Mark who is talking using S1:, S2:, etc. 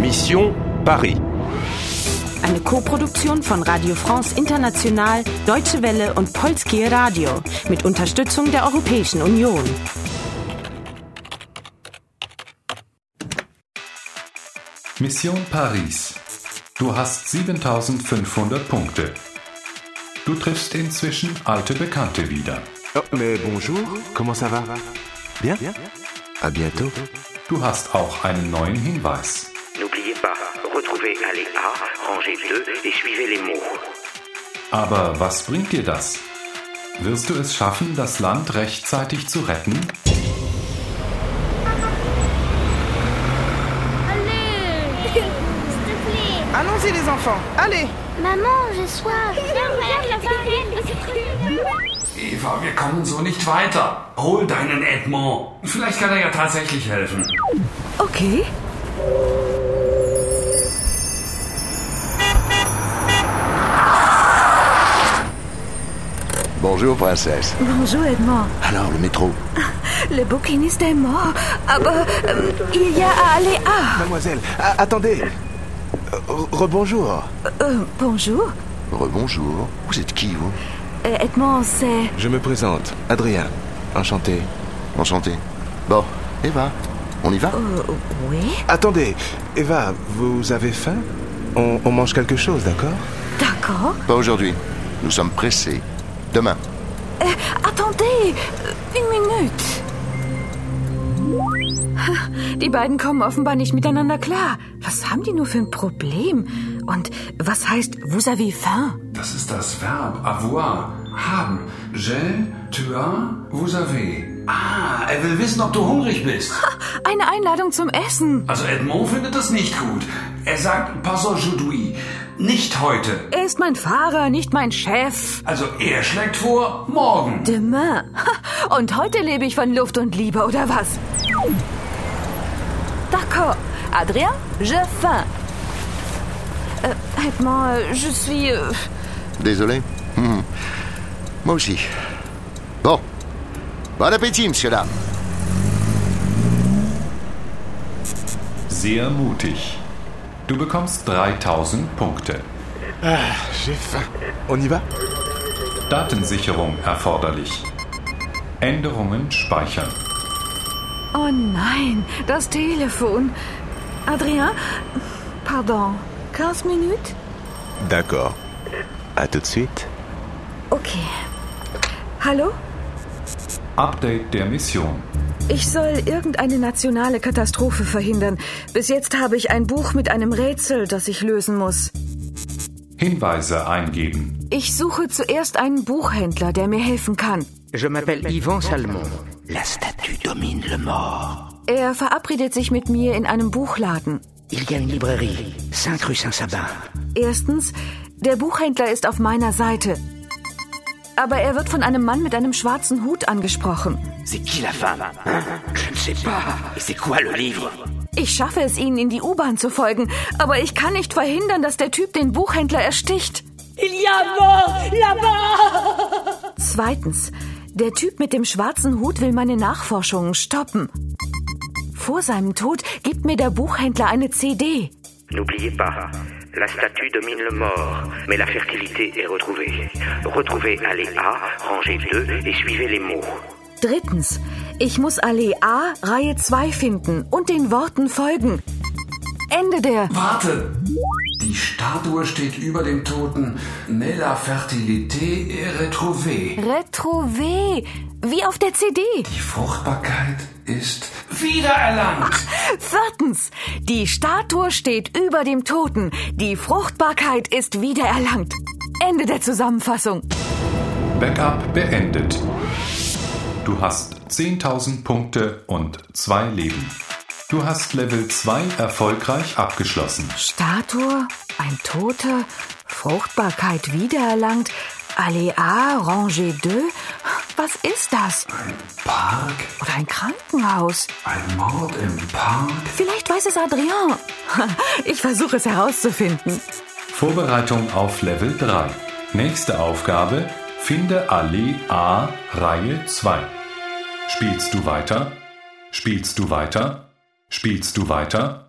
S1: Mission Paris.
S2: Eine Koproduktion von Radio France International, Deutsche Welle und Polskie Radio mit Unterstützung der Europäischen Union.
S3: Mission Paris. Du hast 7500 Punkte. Du triffst inzwischen alte Bekannte wieder.
S4: Oh, mais bonjour, comment ça va Bien À bientôt.
S3: Du hast auch einen neuen Hinweis.
S5: N'oubliez pas, retrouvez allée A, rangée 2 et suivez les mots.
S3: Aber was bringt dir das? Wirst du es schaffen, das Land rechtzeitig zu retten?
S6: Allez S'il te plaît
S7: Allons-y les enfants, allez
S6: Maman, j'ai soif Viens, regarde la farine
S8: Eva, wir kommen so nicht weiter. Hol deinen Edmond. Vielleicht kann er ja tatsächlich helfen.
S2: Okay.
S4: Bonjour, princesse.
S9: Bonjour Edmond.
S4: Alors, le métro
S9: Le bouquiniste est mort. Aber ähm, il y a à aller à.
S4: Mademoiselle, a- attendez Euh, Rebonjour.
S9: Euh, bonjour.
S4: Rebonjour. Vous êtes qui, vous
S9: Euh, Edmond, c'est.
S4: Je me présente, Adrien. Enchanté. Enchanté. Bon, Eva, on y va
S9: Euh, oui.
S4: Attendez, Eva, vous avez faim on, on mange quelque chose, d'accord
S9: D'accord.
S10: Pas aujourd'hui. Nous sommes pressés. Demain.
S9: Euh, attendez. äh, Une Minute. Ha, Die beiden kommen offenbar nicht miteinander klar. Was haben die nur für ein Problem? Und was heißt vous avez faim?
S8: Das ist das Verb avoir, haben. Je, tu as, vous avez. Ah, er will wissen, ob du hungrig bist.
S9: Eine Einladung zum Essen.
S8: Also Edmond findet das nicht gut. Er sagt pas aujourd'hui, nicht heute.
S9: Er ist mein Fahrer, nicht mein Chef.
S8: Also er schlägt vor, morgen.
S9: Demain. Ha, Und heute lebe ich von Luft und Liebe, oder was? D'accord. Adrien, j'ai faim. Äh, Edmond, äh, je suis... äh,
S10: Désolé. Hmm. Moi aussi. Bon. Bon appétit, monsieur là.
S3: Sehr mutig. Du bekommst 3000 Punkte.
S4: J'ai faim. On y va
S3: Datensicherung erforderlich. Änderungen speichern.
S9: Oh nein, das Telefon. Adrien, pardon, 15 Minuten?
S4: D'accord. À tout de suite.
S9: Okay. Hallo?
S3: Update der Mission.
S9: Ich soll irgendeine nationale Katastrophe verhindern. Bis jetzt habe ich ein Buch mit einem Rätsel, das ich lösen muss.
S3: Hinweise eingeben.
S9: Ich suche zuerst einen Buchhändler, der mir helfen kann.
S7: Je m'appelle Yvan Salmon.
S5: La statue domine le mort.
S9: Er verabredet sich mit mir in einem Buchladen.
S5: Il y a une librairie, 5 rue Saint-Sabin.
S9: Erstens, der Buchhändler ist auf meiner Seite. Aber er wird von einem Mann mit einem schwarzen Hut angesprochen.
S5: C'est qui la femme hein Je ne sais pas. Et c'est quoi le livre
S9: Ich schaffe es, ihnen in die U-Bahn zu folgen, aber ich kann nicht verhindern, dass der Typ den Buchhändler ersticht.
S11: Il y a mort là-bas
S9: Zweitens, der Typ mit dem schwarzen Hut will meine Nachforschungen stoppen. Vor seinem Tod gibt mir der Buchhändler eine CD.
S5: N'oubliez pas, la statue domine le mort, mais la fertilité est retrouvée. Retrouvez allée A, rangée 2 et suivez les mots.
S9: Drittens, ich muss Allee A, Reihe 2 finden und den Worten folgen. Ende der.
S8: Warte! Die Statue steht über dem Toten. Nella fertilité et retrouvée.
S9: Retrouvée. Wie auf der CD.
S8: Die Fruchtbarkeit ist wiedererlangt.
S9: Viertens. Die Statue steht über dem Toten. Die Fruchtbarkeit ist wiedererlangt. Ende der Zusammenfassung.
S3: Backup beendet. Du hast 10.000 Punkte und zwei Leben. Du hast Level 2 erfolgreich abgeschlossen.
S9: Statue, ein Toter, Fruchtbarkeit wiedererlangt, Allee A, Rangée 2. Was ist das?
S8: Ein Park?
S9: Oder ein Krankenhaus?
S8: Ein Mord im Park?
S9: Vielleicht weiß es Adrien. Ich versuche es herauszufinden.
S3: Vorbereitung auf Level 3. Nächste Aufgabe: Finde Allee A, Reihe 2. Spielst du weiter? Spielst du weiter? Spielst du weiter?